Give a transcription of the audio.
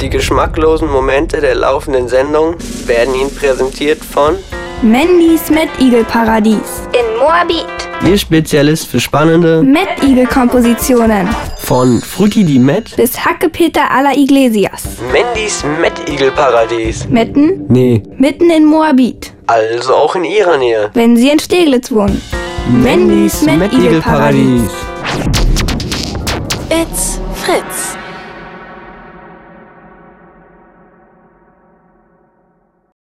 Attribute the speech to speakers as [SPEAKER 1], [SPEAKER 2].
[SPEAKER 1] Die geschmacklosen Momente der laufenden Sendung werden Ihnen präsentiert von
[SPEAKER 2] Mandys Mettigel-Paradies.
[SPEAKER 3] in Moabit.
[SPEAKER 1] Ihr Spezialist für spannende
[SPEAKER 2] Mettigel-Kompositionen.
[SPEAKER 1] von Frutti di Met.
[SPEAKER 2] Bis Hackepeter a la Iglesias.
[SPEAKER 1] Mandys Met-Igel-Paradies.
[SPEAKER 2] Mitten,
[SPEAKER 1] Nee,
[SPEAKER 2] mitten in Moabit.
[SPEAKER 1] also auch in ihrer Nähe.
[SPEAKER 2] Wenn Sie in Steglitz wohnen. Mandys Met-Igel-Paradies.
[SPEAKER 4] It's Fritz.